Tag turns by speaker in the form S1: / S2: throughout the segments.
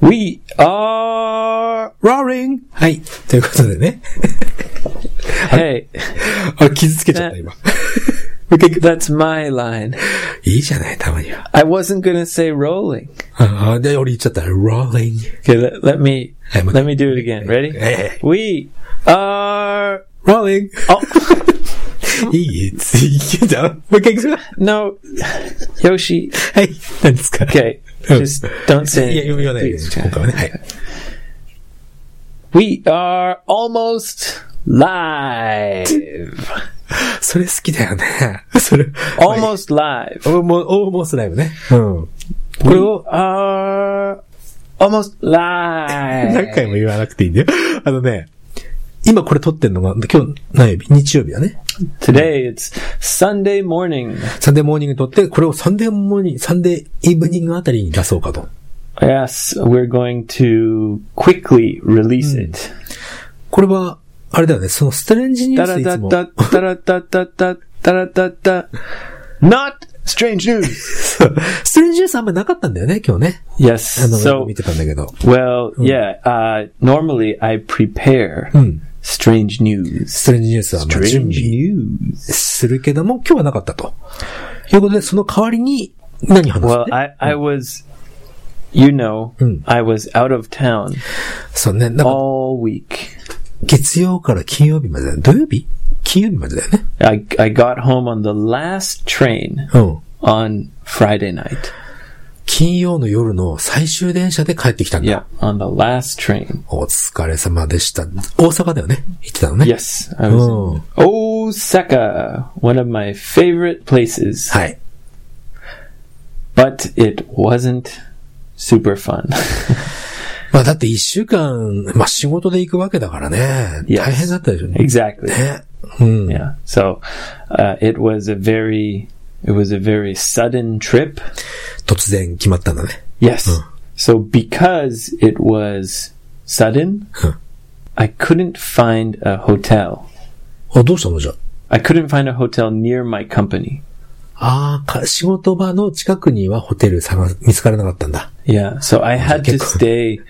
S1: We are roaring!
S2: はい。ということでね。
S1: Hey,
S2: あ、傷つけちゃった、今。も う一回行く
S1: that's my line.
S2: いいじゃない、たまには。
S1: I wasn't gonna say rolling.
S2: ああ、で、俺言っちゃった。rolling.
S1: Okay, let, let me,
S2: はい、もう
S1: let me do it again. Ready?
S2: え
S1: We are,
S2: え、rolling.
S1: oh,
S2: いいいいけじゃん。もう一回行くぞ。
S1: no, Yoshi.
S2: はい。何ですか
S1: Okay, just don't
S2: いや、
S1: say
S2: 言
S1: anything.
S2: わないで
S1: please.
S2: す。今回はね。はい。
S1: We are almost live.
S2: それ好きだよね。 それ。
S1: Almost live.
S2: おもう、オーモスライブね。うん。これ
S1: We
S2: を、
S1: are almost
S2: 何
S1: live.
S2: 回も言わなくていいんだよ。あのね、今これ撮ってんのが、今日、何曜日日曜日だね。
S1: Today it's Sunday morning.
S2: サンデーモーニング撮って、これをサンデーモーニング、サンデーイブニングあたりに出そうかと。
S1: Yes, we're going to quickly release it.
S2: これは、あれだよね、そのストレンジニュースでいつも、
S1: Da-da-da-da, da-da-da-da-da, da-da-da-da. Not strange news.
S2: そうストレンジニュースあんまなかったんだよね、今日ね。
S1: Yes.
S2: あの、
S1: So,
S2: 見てたんだけど。
S1: well, yeah, uh, normally I prepare
S2: うん。
S1: strange news.
S2: ストレンジニュースはまあ準
S1: Hmm. Strange
S2: 備
S1: news.
S2: するけども、今日はなかったと。いうことで、その代わりに、何話す
S1: Well, I, I was, you know,
S2: Mm.
S1: I was out of town
S2: そうね、なんか、
S1: all week.
S2: 月曜から金曜日までだよ、土曜日金曜日までだよね。
S1: I, I got home on the last train
S2: うん。
S1: on Friday night.
S2: 金曜の夜の最終電車で帰ってきたんだ。
S1: Yeah, on the last train.
S2: お疲れ様でした。大阪だよね行ってたのね。
S1: Yes, I was in Osaka, one of my favorite places,
S2: はい。
S1: but it wasn't super fun.
S2: まあだって一週間、まあ仕事で行くわけだからね。
S1: Yes.
S2: 大変だったでしょうね。
S1: exactly.
S2: ね。うん。
S1: Yeah. So uh, it was a very it was a very sudden trip.
S2: 突然決まったんだね。
S1: Yes.
S2: Huh.
S1: So because it was sudden,
S2: Huh.
S1: I couldn't find a hotel.
S2: あ、どうしたのじゃあ。
S1: I couldn't find a hotel near my company.
S2: ああ、か仕事場の近くにはホテル探す、見つからなかったんだ。
S1: Yeah. So I had to
S2: Okay, cool.
S1: stay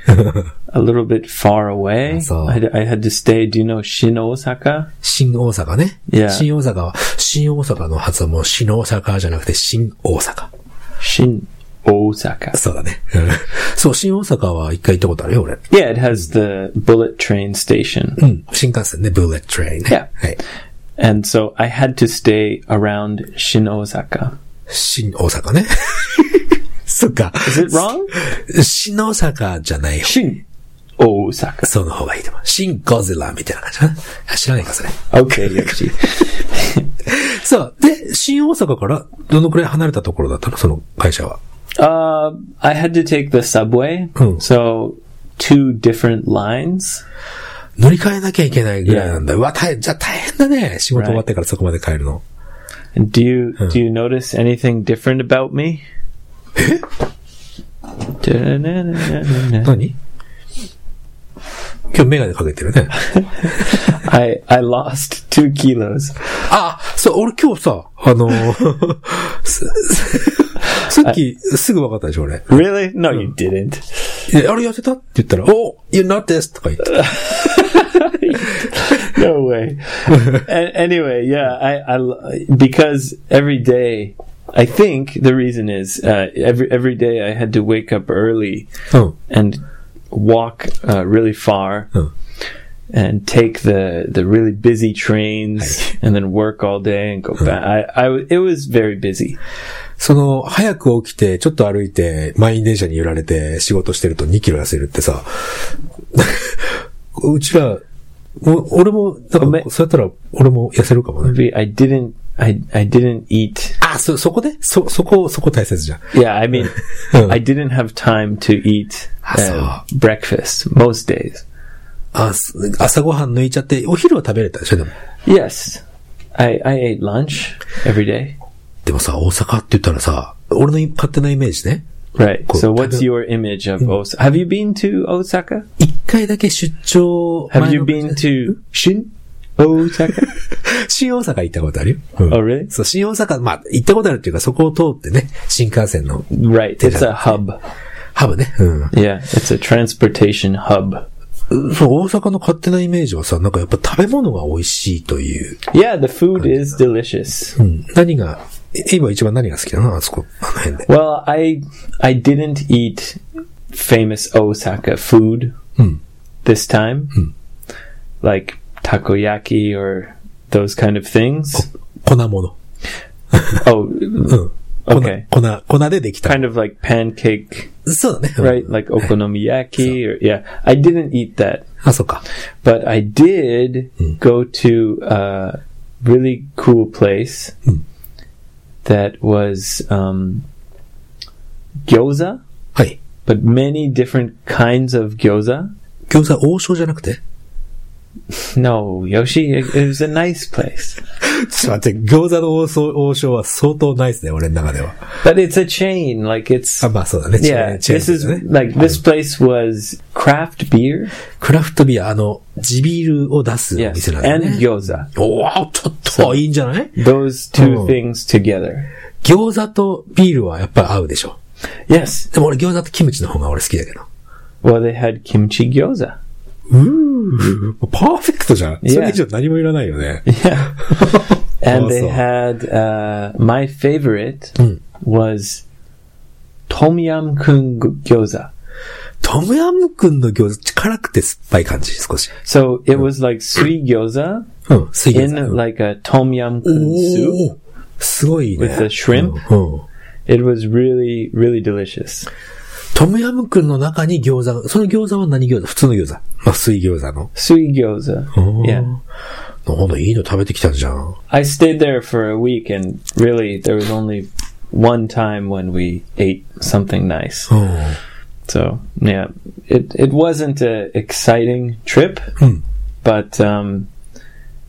S1: a little bit far away.
S2: So-
S1: I, I had to stay, do you know Shin Osaka?
S2: 新大阪ね。
S1: Yeah.
S2: 新大阪は、新大阪の発音も新大阪じゃなくて新大阪。
S1: Shin Osaka.
S2: そうだね。うん そう、新大阪は一回行ったことあるよ、俺。
S1: Yeah, it has the bullet train station.
S2: うん。新幹線ね、ブレットトレインね。
S1: Yeah.
S2: はい。
S1: And so I had to stay around Shin Osaka.
S2: 新大阪 ね。そっか。
S1: Is it wrong?
S2: 新大阪じゃないよ。
S1: Shin Osaka.
S2: その方がいいと思う。新ゴジラみたいな感じかな。あ知らないか、それ。
S1: Okay, Yoshi.
S2: さあ、で、新大阪からどのくらい離れたところだったのその会社は。
S1: Uh, I had to take the subway,
S2: Hmm.
S1: so two different lines.
S2: 乗り換えなきゃいけないぐらいなんだ。うわ、大変、じゃあ大変だね。仕事終わってからそこまで帰るの。
S1: And do you do you notice anything different about me?
S2: 何今日メガネかけて るね。
S1: I I lost two kilos.
S2: あ、そう、俺今日さ、あの ーすすさっきすぐ分かったでしょ、俺。
S1: Really? No, you didn't.
S2: いやあれ痩せたって言ったら、お !You not this! とか言って。
S1: No way. A- anyway, yeah, I, I l- because every day. I think the reason is uh, every every day I had to wake up early
S2: うん。
S1: and walk uh, really far
S2: Huh.
S1: and take the the really busy trains and then work all day and go back. I, I w- it was very busy.
S2: その、早く起きて、ちょっと歩いて、満員電車に揺られて、仕事してると2キロ痩せるってさ、 うちら、お俺も、だか
S1: ごめん
S2: ら、そうやったら、俺も痩せるかもね。
S1: Maybe I didn't I I didn't eat.
S2: あ、そ、そこでそ、そこ、そこ大切じゃん。
S1: Yeah, I mean, I didn't have time to eat
S2: I saw.
S1: uh, breakfast most days.
S2: あ、す朝ごはん抜いちゃって、お昼は食べれたでしょ、でも。
S1: Yes, I I ate lunch every day.
S2: でもさ、大阪って言ったらさ、俺のい勝手なイメージね。
S1: Right. Mm.
S2: Cool.
S1: So, what's
S2: Have you-
S1: your image of Osaka? Have you been to Osaka?
S2: 一回だけ出張
S1: Have you been to Shin Osaka?
S2: 新大阪行ったことあるよ。うん
S1: あれ
S2: そう、新大阪、まあ、行ったことあるっていうか、そこを通ってね、新幹線の
S1: Right. It's a hub.
S2: ハブね。うん。
S1: Yeah, it's a transportation hub.
S2: そう、大阪の勝手なイメージはさ、なんかやっぱ食べ物が美味しいという。
S1: Yeah, the food is delicious.
S2: うん。何が、え今一番何が好きだな、あそこ、あの辺で。
S1: Well, I I didn't eat famous Osaka food
S2: うん。
S1: this time, like takoyaki or those kind of things.
S2: 粉物。
S1: Oh,
S2: うん。粉、
S1: Okay.
S2: 粉、粉でできた。
S1: kind of like pancake,
S2: そうだね。うん
S1: right? Like okonomiyaki. Or, yeah, I didn't eat that,
S2: あ、そうか。
S1: but I did go to a really cool place that was um, gyoza.
S2: はい。
S1: but many different kinds of gyoza.
S2: 餃子王将じゃなくて
S1: No, Yoshi, it, it was a nice place.
S2: ちょっと待って、餃子の王将王将は相当ないですね、俺の中では。
S1: But it's a chain, like it's
S2: あ、まあそうだね。
S1: yeah.
S2: チェーン
S1: This
S2: チェーン
S1: is
S2: だね
S1: like this place was craft beer,
S2: クラフトビア、あの、地ビールを出すお
S1: yes,
S2: 店なんだよ
S1: and
S2: ね。
S1: gyoza.
S2: おーちょっと、いいんじゃない
S1: Those two
S2: Oh.
S1: things together.
S2: 餃子とビールはやっぱ合うでしょ。
S1: Yes.
S2: でも俺餃子とキムチの方が俺好きだけど。
S1: Well, they had kimchi gyoza.
S2: うー、パーフェクトじゃん。
S1: Yeah.
S2: それ以上何もいらないよ ね。
S1: Yeah. and they
S2: Awesome.
S1: had uh, my favorite
S2: Mm.
S1: was tom yam kun gyoza.
S2: トムヤムくんの餃子、辛くて酸っぱい感じ、少し。
S1: So it was like sweet Hmm. gyoza.
S2: うん、水餃
S1: in
S2: 子。うん
S1: like a tom yum kun
S2: お
S1: soup.
S2: ーすごいね。
S1: With the shrimp?
S2: うんうん
S1: It was really, really delicious.
S2: トムヤムくんの中に餃子が、その餃子は何餃子普通の餃子。まあ、水餃子の。
S1: Sui gyoza.
S2: おー
S1: Yeah.
S2: なんだ、いいの食べてきたじゃん。
S1: I stayed there for a week and really there was only one time when we ate something nice.
S2: うん。
S1: So yeah, it, it wasn't an exciting trip,
S2: Hmm.
S1: but um,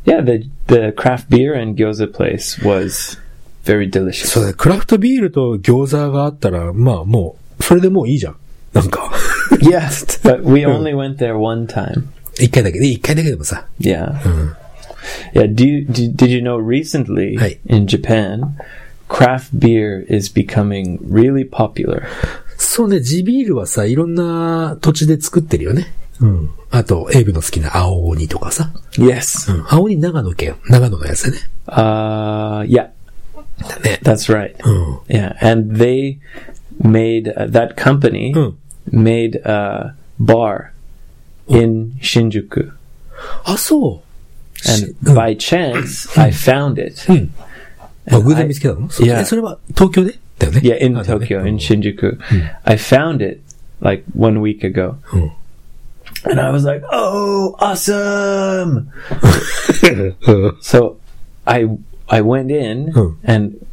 S1: yeah, the, the craft beer and gyoza place was very
S2: そ
S1: delicious.
S2: うだね、クラフトビールと餃子があったら、まあもう、それでもういいじゃん。なんか、
S1: yes, but
S2: Hmm.
S1: we only went there one time.
S2: 一回だけで、一回だけでもさ。
S1: Yeah.
S2: Hmm.
S1: Yeah. Do you, do, did you know recently
S2: Hey.
S1: in Japan, craft beer is becoming really popular?
S2: そうね、地ビールはさ、いろんな土地で作ってるよね。うん。あと、エイブの好きな青鬼とかさ。
S1: Yes.
S2: うん。青鬼長野県。長野のやつだね。
S1: Uh, yeah,
S2: だね。
S1: that's right.
S2: うん。
S1: Yeah. And they made uh, that company
S2: うん。
S1: made a bar in Shinjuku.
S2: あ、そう。し
S1: And
S2: うん
S1: by chance, I fofound it.
S2: あ、偶然見つけたのそう
S1: Yeah.
S2: えそれは東京でだよね。
S1: Yeah, in
S2: あだよね
S1: Tokyo,
S2: うん
S1: in Shinjuku. I found it like one week ago.
S2: Hmm.
S1: And I was like, oh, awesome!
S2: うん。
S1: So I I went in
S2: Hmm.
S1: and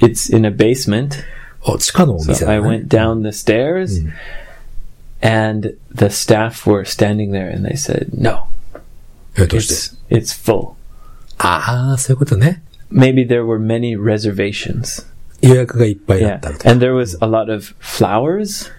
S1: it's in a basement.
S2: あ、地下のお
S1: So
S2: 店
S1: I
S2: だね。
S1: went down the stairs and the staff were standing there and they said, no,
S2: え、どうして
S1: it's, it's full.
S2: ああ、そういうことね。
S1: Maybe there were many reservations.
S2: 予約がいっぱい
S1: Yeah.
S2: だったのとか
S1: And there was a lot of flowers,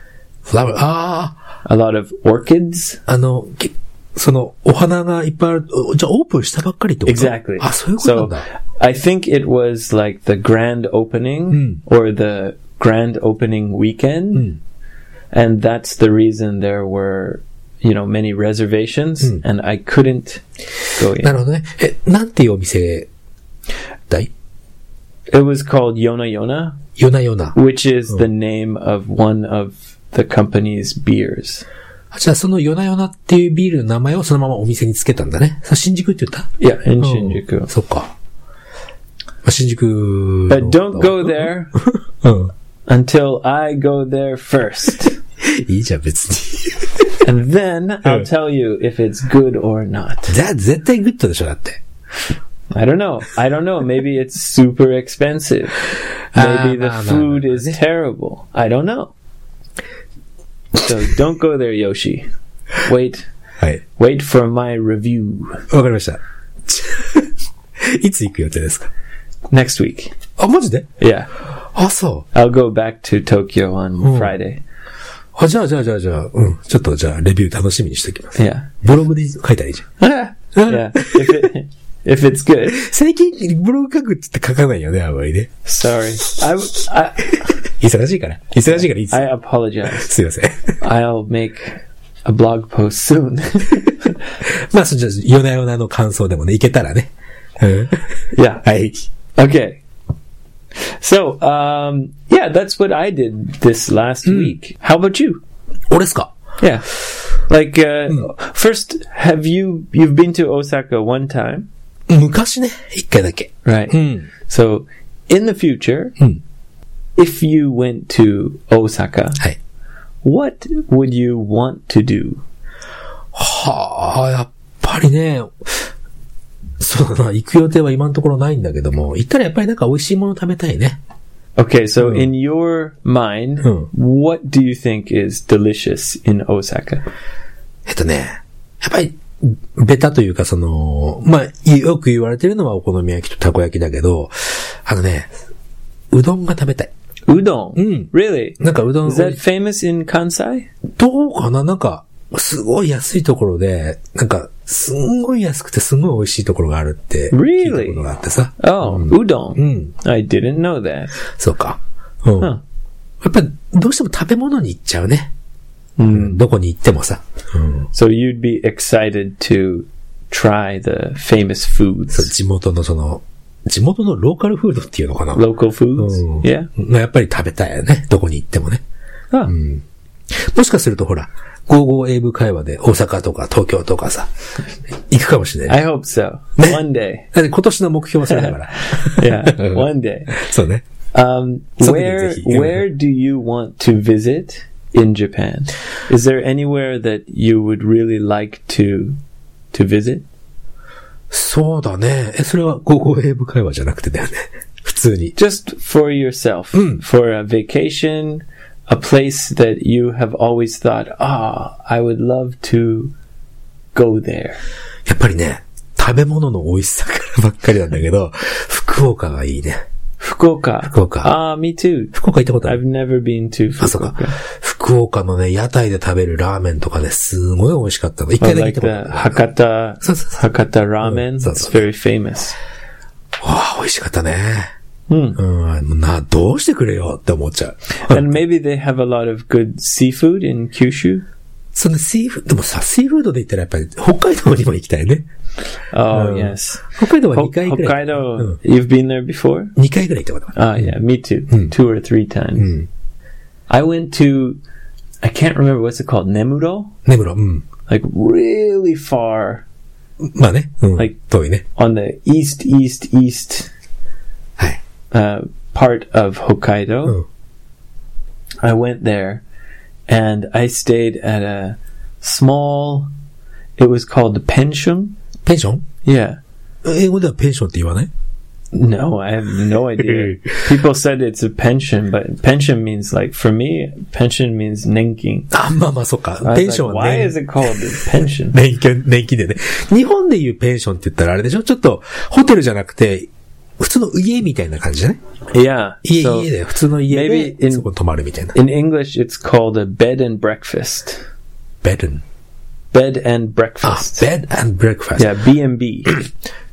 S2: フラワー、あ
S1: a lot of orchids.
S2: あ、あの、けその、お花がいっぱいある、おじゃあオープンしたばっかりってこと
S1: Exactly.
S2: あ、そういうことなん
S1: Oh, so
S2: だ。
S1: I think it was like the grand opening or the grand opening weekend. And that's the reason there were, you know, many reservations and I couldn't go
S2: な
S1: in.
S2: るほどね。え、なんていうお店だい
S1: It was called Yona Yona,
S2: 夜な夜な。
S1: which
S2: Oh.
S1: is the name of one of the company's beers.
S2: あじゃあその夜な夜なっていうビールの名前をそのままお店につけたんだね。さ新宿って言った
S1: Yeah, in
S2: Oh.
S1: Shinjuku.
S2: うんそっか。まあ新宿の。
S1: But don't go there
S2: うん。
S1: until I go there first.
S2: いいじゃん、別に。
S1: and then I'll tell you if it's good or not.
S2: じゃあ絶対グッドでしょ、だって。
S1: I don't know. I don't know. Maybe it's super expensive. Maybe
S2: Ah,
S1: the
S2: no, no,
S1: food
S2: no.
S1: is terrible. I don't know. So don't go there, Yoshi. Wait.
S2: はい。
S1: Wait for my review
S2: わかりました。 いつ行く予定ですか
S1: next week.
S2: あ、マジで
S1: Yeah.
S2: あ、そう。
S1: I'll go back to Tokyo on
S2: Hmm.
S1: Friday.
S2: あ、じゃあ、じゃあ、じゃあ、じゃあ、うん。ちょっ と、じゃあ、レビュー楽しみにしておきます。
S1: Yeah.
S2: ブログで書いたらいいじゃん。
S1: yeah. If it, if it's good.
S2: 最近、ブログ書くって書かないよね、あんまりね。
S1: Sorry. I, w- I,
S2: 忙しいから。忙しいからいいっす
S1: I。apologize.
S2: すいません。
S1: I'll make a blog post soon.
S2: まあ、そじゃあ夜な夜なの感想でもね、いけたらね。うん。
S1: yeah.
S2: はい。
S1: Okay. So, um, yeah, that's what I did this last week. How about you?
S2: 俺っすか
S1: Hmm. Yeah. Like, uh, first, have you, you've been to Osaka one time,
S2: 昔ね、一回だけ。
S1: right? Hmm.
S2: ん。
S1: So, in the future,
S2: Mm.
S1: if you went to Osaka,
S2: はい。
S1: what would you want to do?
S2: はあ、やっぱりね、そうだな、行く予定は今のところないんだけども、行ったらやっぱりなんか美味しいもの食べたいね。
S1: Okay, so in your mind,
S2: Mm.
S1: what do you think is delicious in Osaka?
S2: えっとね、やっぱり、ベタというかその、まあ、よく言われてるのはお好み焼きとたこ焼きだけど、あのね、うどんが食べたい。
S1: Udon.
S2: Mm.
S1: Really?
S2: なんかうどん
S1: Is that famous in Kansai?
S2: どうかななんか、すごい安いところで、なんか、すんごい安くてすんごい美味しいところがあるって、聞いた
S1: Really?
S2: ことがあってさ。
S1: Oh, udon.
S2: うん、
S1: I didn't know that.
S2: そうか。うん。
S1: Huh.
S2: やっぱり、どうしても食べ物に行っちゃうね。うん、どこに行ってもさ。うん。
S1: So you'd be excited to try the famous
S2: そう
S1: foods,
S2: 地元のその、地元のローカルフードっていうのかな。
S1: local foods.
S2: うん
S1: Yeah.
S2: まあやっぱり食べたいよね。どこに行ってもね。
S1: Ah,
S2: もしかするとほら、55英語会話で大阪とか東京と かさ、行くかもしれない。
S1: I hope so.
S2: Ne-
S1: One day.
S2: だって今年の目標はそれだ から。
S1: Yeah, one day.
S2: そうね。
S1: Um,
S2: Something
S1: where
S2: interesting.
S1: where do you want to visit in Japan? Is there anywhere that you would really like to to visit?
S2: そうだね。え、それは55英語会話じゃなくてだよね。 普通に。
S1: Just for yourself,
S2: Mm.
S1: for a vacation, a place that you have always thought, ah, I would love to go there.
S2: やっぱりね、食べ物の美味しさからばっかりなんだけど、福岡がいいね。
S1: Fukuoka.
S2: Fukuoka.
S1: Ah, me too.
S2: 福岡行ったことあ
S1: I've
S2: る
S1: never been to
S2: あ、そうか
S1: Fukuoka.。
S2: 福岡のね、屋台で食べるラーメンとかね、すごい美味しかったの。一
S1: Oh,
S2: 回だけ行っ
S1: like
S2: たこと
S1: the
S2: あ
S1: Hakata
S2: る。そうそうそう。
S1: Hakata ramen.
S2: Mm, so-
S1: It's
S2: so.
S1: very famous.
S2: わあ、美味しかったね。
S1: Mm.
S2: うん、な、どうしてくれよって思っちゃう。
S1: And maybe they have a lot of good seafood in Kyushu.
S2: そのシーフード、でもさ、シーフードで言ったらやっぱり北海道にも行きたいね。
S1: Oh,
S2: Um,
S1: yes.
S2: 北海道は
S1: Ho-
S2: 2回ぐらい。
S1: Hokkaido,
S2: Oh.
S1: you've been there before?
S2: 2回ぐらい行ったことある。
S1: Ah, yeah, me too. Two or three times.
S2: Mm.
S1: I went to, I can't remember what's it called, Nemuro?
S2: 根室、うん。
S1: Like really far
S2: まあね。うん。
S1: はい
S2: 遠いね。
S1: on the east, east, east
S2: はい。
S1: uh, part of Hokkaido.
S2: Oh.
S1: I went there and I stayed at a small, it was called Pension.
S2: ペンション
S1: Yeah.
S2: 英語ではペンションって言わない
S1: No, I have no idea. People said it's a pension, but pension means like for me, pension means nenkin.
S2: あ、まあまあ、そっか
S1: I。was
S2: ペンション
S1: like,
S2: は
S1: Why is
S2: ね。
S1: it called a pension?
S2: 年金、年金でね。日本で言うペンションって言ったらあれでしょちょっと、ホテルじゃなくて、普通の家みたいな感じじゃない
S1: yeah.
S2: 家、
S1: so
S2: 家で、普通の家
S1: maybe
S2: で、
S1: in-
S2: そこに泊まるみたいな。
S1: in English, it's called a bed and breakfast.
S2: ベッド。
S1: Bed and
S2: あ
S1: breakfast.、
S2: ベッド and breakfast。
S1: yeah, B and B.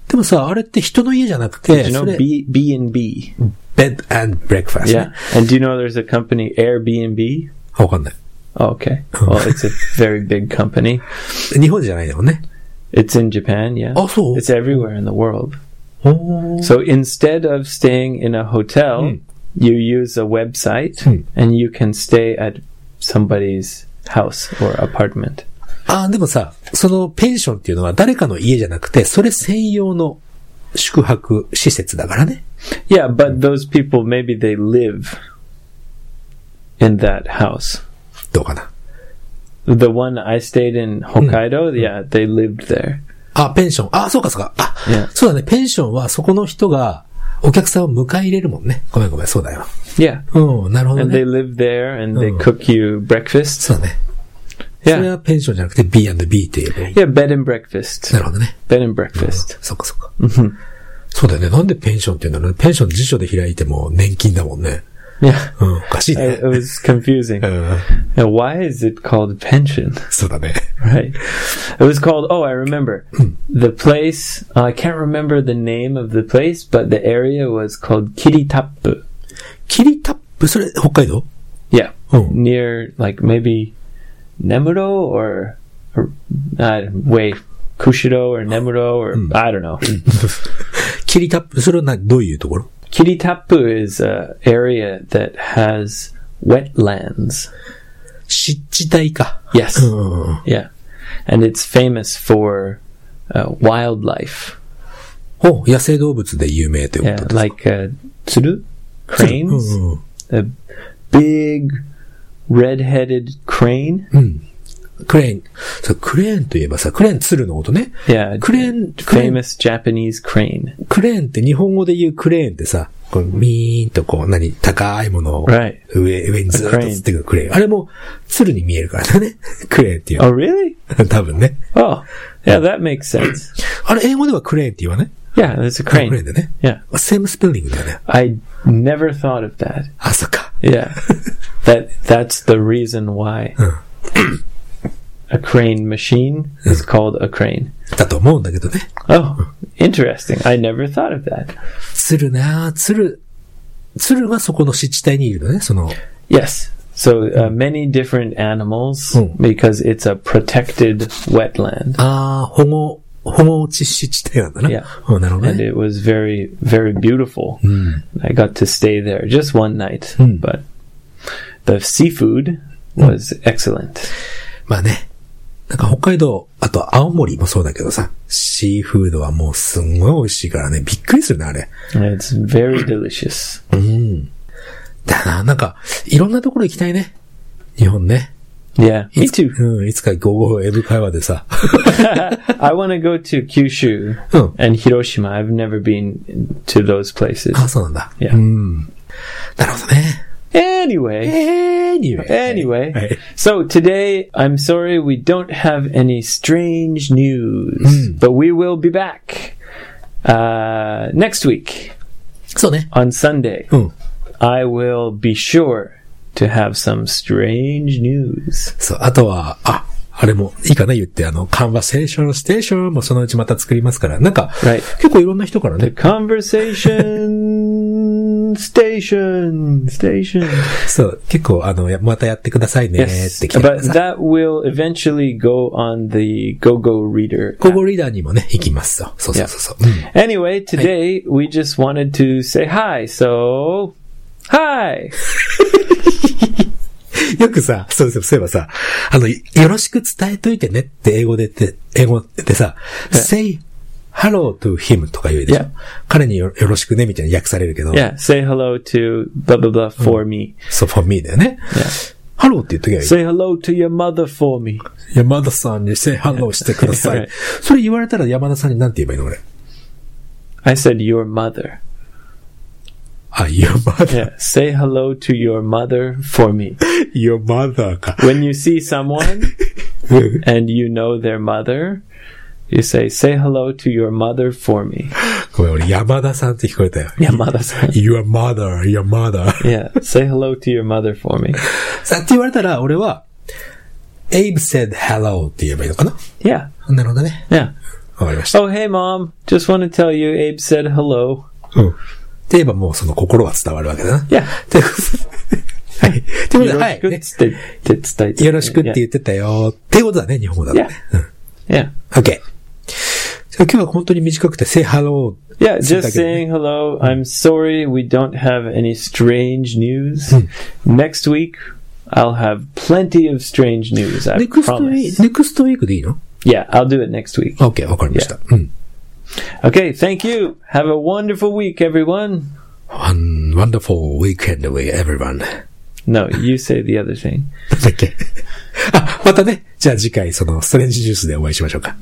S2: でもさ、あれって人の家じゃなく
S1: Did
S2: て、
S1: you
S2: そ
S1: know
S2: れ
S1: B B and B?
S2: bed and breakfast ね
S1: Yeah. And do you know there's a company Airbnb?
S2: あわかんない。
S1: Oh, okay. Well, it's a very big company.
S2: 日本じゃないんだもんね。
S1: It's in Japan, yeah.
S2: あ、そう
S1: It's everywhere in the world.
S2: おー
S1: So instead of staying in a hotel, you use a website
S2: Hmm.
S1: and you can stay at somebody's house or apartment.
S2: あ、でもさ、そのペンションっていうのは誰かの家じゃなくて、それ専用の宿泊施設だからね。
S1: Yeah, but those people maybe they live in that house.
S2: どうかな。
S1: The one I stayed in
S2: Hmm.
S1: Hokkaido, yeah, they lived there.
S2: あ、ペンション。あ、そうかそうか。あ、
S1: Yeah.
S2: そうだね。ペンションはそこの人がお客さんを迎え入れるもんね。ごめんごめん、そうだよ。
S1: Yeah.
S2: うん、なるほど
S1: And they
S2: ね。
S1: live there and they
S2: Oh.
S1: cook you breakfast.
S2: そうだね。それ
S1: Yeah.
S2: はペンションじゃなくて B&B って言えばいい。
S1: Yeah, bed and breakfast.
S2: なるほどね。
S1: Bed and breakfast.
S2: そっかそっか。そうだよね。なんでペンションって言うんだろうね。ペンション辞書で開いても年金だもんね。
S1: Yeah.
S2: うん、おかしい
S1: It,
S2: ね
S1: it。was confusing.
S2: うん、
S1: Now, why is it called pension?
S2: そうだね。
S1: Right. It was called, oh, I remember. The place, uh, I can't remember the name of the place, but the area was called Kiritapu.
S2: キリタップ、それ、北海道
S1: Yeah.
S2: Oh.
S1: Near, like, maybe Nemuro or, or uh, wait, Kushiro or Nemuro or, I don't know.
S2: キリタップ、それはな、どういうところ
S1: Kiritapu is an area that has wetlands.
S2: 湿地帯か。
S1: Yes.
S2: うんうんうん。
S1: Yeah. And it's famous for uh, wildlife.
S2: お、野生動物で有名という
S1: Yeah,
S2: ことで。
S1: like uh, tsuru,
S2: う
S1: cranes,
S2: んうん
S1: a big red-headed crane.
S2: クレーン。そう、クレーンといえばさ、クレーン、鶴の音ね。
S1: Yeah,
S2: クレーン、クレーン、
S1: famous Japanese crane.
S2: クレーンって日本語で言うクレーンってさ、こうミーンとこう、何、高いものを
S1: Right.
S2: 上、上にずーっと釣ってくるクレーン。あれも、鶴に見えるからね。 クレーンっていう
S1: Oh, really?
S2: の。 多分ね。
S1: Oh, yeah, that makes sense.
S2: あれ、英語ではクレーンって言わない
S1: Yeah, that's a
S2: クレーン
S1: crane.
S2: だね。
S1: Yeah,
S2: セームスペルリングだよね。
S1: I never thought of that.
S2: あ、そっか。
S1: Yeah, that that's the reason why a crane machine is called a crane.
S2: だと思うんだけどね。
S1: Oh, interesting. I never thought of that.
S2: 鶴なぁ、鶴。鶴はそこの湿地帯にいるのね、その。
S1: Yes. So uh, many different animals
S2: Hmm.
S1: because it's a protected wetland.
S2: ああ、保護、保護地湿地帯なんだな。
S1: いや
S2: うんなるほど
S1: And
S2: ね。
S1: it was very, very beautiful. I got to stay there just one night,
S2: Hmm.
S1: but the seafood was excellent.
S2: まあね。なんか北海道、あと青森もそうだけどさ、シーフードはもうすんごい美味しいからね、びっくりするな、あれ。
S1: And It's very delicious.
S2: うん。だな、なんか、いろんなところ行きたいね。日本ね。
S1: Yeah, me
S2: いつ
S1: too.
S2: うん、いつか午後英語会話でさ。
S1: I want to go to Kyushu
S2: うん。
S1: and Hiroshima. I've never been to those places.
S2: あ、そうなんだ。
S1: Yeah.
S2: うん。なるほどね。
S1: Anyway,
S2: Anyway.
S1: anyway.
S2: はい。
S1: So today, I'm sorry we don't have any strange news, but we will be back uh, next week
S2: そうね。
S1: on Sunday.
S2: うん。
S1: I will be sure to have some strange news.
S2: そう、あとは、あ、あれもいいかな言って、あの、カンバセーションステーションもそのうちまた作りますから、なんか、
S1: Right.
S2: 結構いろんな人からね、
S1: Conversation station station.
S2: そう、結構、あの、やまたやってくださいねって
S1: Yes,
S2: 来てくだ
S1: but
S2: さい。
S1: that will eventually go on the GoGo Reader.
S2: ゴーゴーリーダーにもね、行きますよ。そうそうそうそう。うん
S1: Anyway, today we just wanted to say hi. So, hi.
S2: よくさ、そうそう、そういえばさ、あの、いよろしく伝えといてねって英語でって、英語でさ、say hello to him とか言うでしょ
S1: Yeah.。
S2: 彼によよろしくねみたいに訳されるけど、
S1: Yeah, say hello to blah blah blah for me.
S2: そう、for me だよね。hello って言っときゃいい。
S1: Say hello to your mother for me.
S2: 山田さんに say hello してくださ
S1: Right.
S2: い。それ言われたら山田さんに何て言えばいいの俺。
S1: I said your mother.
S2: あ、your mother,
S1: Yeah, say hello to your mother for me.
S2: your mother か。
S1: When you see someone
S2: うん
S1: and you know their mother, you say say hello to your mother for me.
S2: ごめん、俺山田さんって聞こえたよ。
S1: Yeah, mother.
S2: your mother, your mother.
S1: Yeah, say hello to your mother for me.
S2: さって言われたら俺は、Abe said hello って言えばいいのかな
S1: Yeah,
S2: なるほどね。
S1: yeah.
S2: わかりました。
S1: Oh, hey, mom. Just want to tell you, Abe said hello.
S2: うん。って言えばもうその心は伝わるわけだな。
S1: Yeah.
S2: ということではい。ということで、はい。ねよろしくって言ってたよ。っていうことだね、日本語だと
S1: Yeah. Yeah.
S2: ね。OK。じゃあ今日は本当に短くて、say hello
S1: Yeah,
S2: Seems
S1: just
S2: like it, yeah.
S1: saying hello. I'm sorry we don't have any strange news.
S2: Hmm.
S1: Next week, I'll have plenty of strange news. I
S2: ネクストウィー
S1: promise.
S2: ク、ネクストウィークでいいの
S1: Yeah, I'll do it next week.
S2: ?OK、わかりました。うん。
S1: Okay, thank you. Have a wonderful week, everyone.
S2: One wonderful weekend with everyone. なん
S1: No, you say the other thing.
S2: だっけあ、またね、じゃあ次回そのストレンジジュースでお会いしましょうか。